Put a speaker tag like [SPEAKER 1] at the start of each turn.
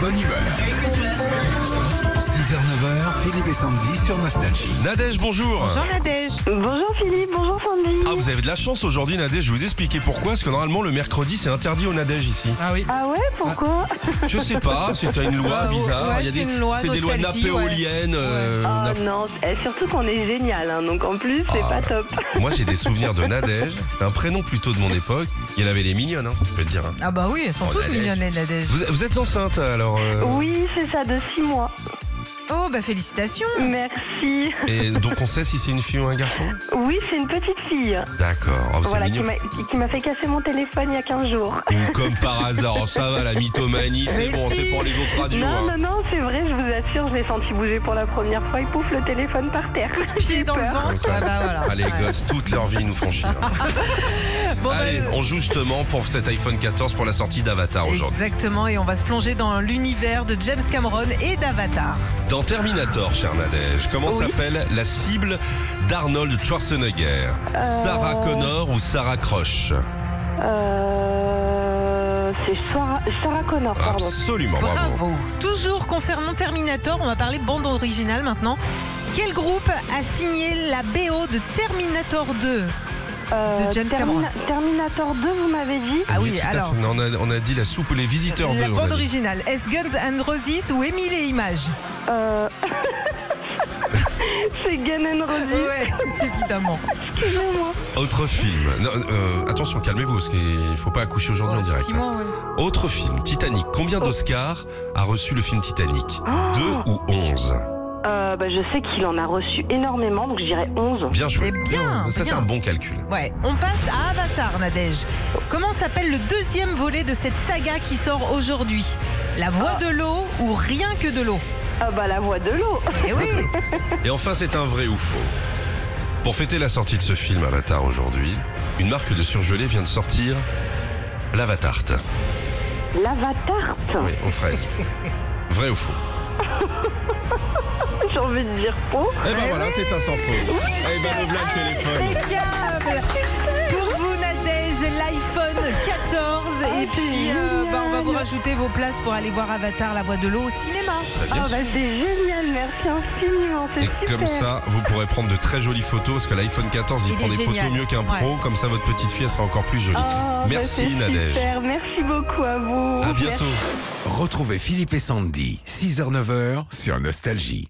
[SPEAKER 1] bonne humeur. 6h-9h, Philippe et Sandy sur Nostalgie.
[SPEAKER 2] Nadège, bonjour.
[SPEAKER 3] Bonjour Nadège.
[SPEAKER 4] Bonjour Philippe, bonjour Sandy.
[SPEAKER 2] Ah, vous avez de la chance aujourd'hui, Nadège. Je vais vous expliquer pourquoi. Parce que normalement, le mercredi, c'est interdit au Nadège ici.
[SPEAKER 3] Ah oui.
[SPEAKER 4] Ah ouais, pourquoi
[SPEAKER 2] Je sais pas, c'est une loi
[SPEAKER 3] Ouais, ouais,
[SPEAKER 2] bizarre.
[SPEAKER 3] ouais,
[SPEAKER 2] Il y a
[SPEAKER 3] c'est
[SPEAKER 2] des-
[SPEAKER 3] une loi
[SPEAKER 2] c'est des lois
[SPEAKER 3] nostalgie, ouais. Ah,
[SPEAKER 2] napoléoniennes. euh,
[SPEAKER 4] Oh
[SPEAKER 2] nap-
[SPEAKER 4] non, eh, surtout qu'on est génial, hein, donc en plus c'est
[SPEAKER 2] Ah.
[SPEAKER 4] pas top.
[SPEAKER 2] Moi, j'ai des souvenirs de Nadège. C'était un prénom plutôt de mon époque. Il y en avait les mignonnes, hein, je peux te dire. hein.
[SPEAKER 3] Ah bah oui, elles sont
[SPEAKER 2] Oh,
[SPEAKER 3] toutes
[SPEAKER 2] Nadège.
[SPEAKER 3] mignonnes les Nadège.
[SPEAKER 2] Vous, vous êtes enceinte alors euh,
[SPEAKER 4] Oui, c'est ça, de 6 mois.
[SPEAKER 3] Oh bah félicitations.
[SPEAKER 4] Merci.
[SPEAKER 2] Et donc, on sait si c'est une fille ou un garçon
[SPEAKER 4] Oui, c'est une petite fille.
[SPEAKER 2] D'accord. Oh, c'est
[SPEAKER 4] Voilà, qui
[SPEAKER 2] mignon.
[SPEAKER 4] m'a qui m'a fait casser mon téléphone il y a 15 jours.
[SPEAKER 2] Ou Comme par hasard. Oh, ça va, la mythomanie, c'est
[SPEAKER 3] Mais
[SPEAKER 2] bon,
[SPEAKER 3] si.
[SPEAKER 2] c'est pour les autres radios.
[SPEAKER 4] Non,
[SPEAKER 2] hein.
[SPEAKER 4] non, non, c'est vrai, je vous assure, je l'ai senti bouger pour la première fois et pouf, le téléphone par terre.
[SPEAKER 3] Coup de pied dans le ventre. Ah bah voilà.
[SPEAKER 2] Ah, les
[SPEAKER 3] Ouais.
[SPEAKER 2] gosses, toute leur vie, ils nous font chier. hein.
[SPEAKER 3] Bon, bah,
[SPEAKER 2] Allez,
[SPEAKER 3] euh,
[SPEAKER 2] on joue justement pour cet iPhone 14 pour la sortie d'Avatar aujourd'hui.
[SPEAKER 3] Exactement, et on va se plonger dans l'univers de James Cameron et d'Avatar.
[SPEAKER 2] Dans Terminator, cher Nadège, comment
[SPEAKER 4] Oui.
[SPEAKER 2] s'appelle la cible d'Arnold Schwarzenegger
[SPEAKER 3] Euh,
[SPEAKER 2] Sarah Connor ou Sarah Croche
[SPEAKER 4] Euh, c'est Sarah, Sarah Connor,
[SPEAKER 2] Ah,
[SPEAKER 4] pardon.
[SPEAKER 2] Absolument, bravo.
[SPEAKER 3] Toujours concernant Terminator, on va parler bande originale maintenant. Quel groupe a signé la BO de Terminator 2
[SPEAKER 4] Euh,
[SPEAKER 3] De James
[SPEAKER 4] Termina- Terminator 2, vous m'avez dit
[SPEAKER 3] Ah oui,
[SPEAKER 2] tout à
[SPEAKER 3] alors.
[SPEAKER 2] fait. On a, on a dit la soupe, les visiteurs
[SPEAKER 3] La
[SPEAKER 2] de. on a
[SPEAKER 3] bande
[SPEAKER 2] dit.
[SPEAKER 3] originale, est-ce Guns and Roses ou Emile et Images
[SPEAKER 4] Euh, C'est Gun and Roses.
[SPEAKER 3] Ouais, évidemment.
[SPEAKER 4] Excusez-moi.
[SPEAKER 2] Autre film. Non, euh, attention, calmez-vous, parce qu'il faut pas accoucher aujourd'hui en direct.
[SPEAKER 3] Six mois, Oh, ouais.
[SPEAKER 2] Autre film, Titanic.
[SPEAKER 3] Oh.
[SPEAKER 2] Combien d'Oscars a reçu le film Titanic Deux ou onze
[SPEAKER 4] Euh, bah, je sais qu'il en a reçu énormément, donc je dirais 11.
[SPEAKER 2] Bien joué.
[SPEAKER 3] C'est bien,
[SPEAKER 2] Ça, c'est
[SPEAKER 3] bien.
[SPEAKER 2] un bon calcul.
[SPEAKER 3] Ouais, on passe à Avatar, Nadège. Comment s'appelle le deuxième volet de cette saga qui sort aujourd'hui La voix de l'eau ou rien que de l'eau
[SPEAKER 4] Ah bah la voix de l'eau.
[SPEAKER 3] Eh oui
[SPEAKER 2] Et enfin, c'est un vrai ou faux. Pour fêter la sortie de ce film Avatar aujourd'hui, une marque de surgelé vient de sortir l'Avatarte.
[SPEAKER 4] L'avatarte.
[SPEAKER 2] Oui, aux fraises. Vrai ou faux
[SPEAKER 4] J'ai envie de dire peau.
[SPEAKER 2] Eh ben voilà, c'est un sans faux. Eh ben le blague téléphone.
[SPEAKER 3] Impeccable Pour vous, Nadège, l'iPhone 14. Et
[SPEAKER 4] c'est
[SPEAKER 3] puis, euh, bah, on va vous rajouter vos places pour aller voir Avatar, la voix de l'eau au cinéma.
[SPEAKER 2] Bah, bien
[SPEAKER 4] Ah bah
[SPEAKER 2] sûr.
[SPEAKER 4] c'est génial, merci infiniment, c'est
[SPEAKER 2] Et
[SPEAKER 4] super.
[SPEAKER 2] comme ça, vous pourrez prendre de très jolies photos parce que l'iPhone 14, il,
[SPEAKER 3] Il
[SPEAKER 2] prend
[SPEAKER 3] est
[SPEAKER 2] des
[SPEAKER 3] génial.
[SPEAKER 2] photos mieux qu'un pro. Comme ça, votre petite fille elle sera encore plus jolie.
[SPEAKER 4] Ah, bah,
[SPEAKER 2] Merci,
[SPEAKER 4] c'est
[SPEAKER 2] Nadège.
[SPEAKER 4] Super, merci beaucoup à vous.
[SPEAKER 2] À bientôt.
[SPEAKER 1] Retrouvez Philippe et Sandy, 6h-9h sur Nostalgie.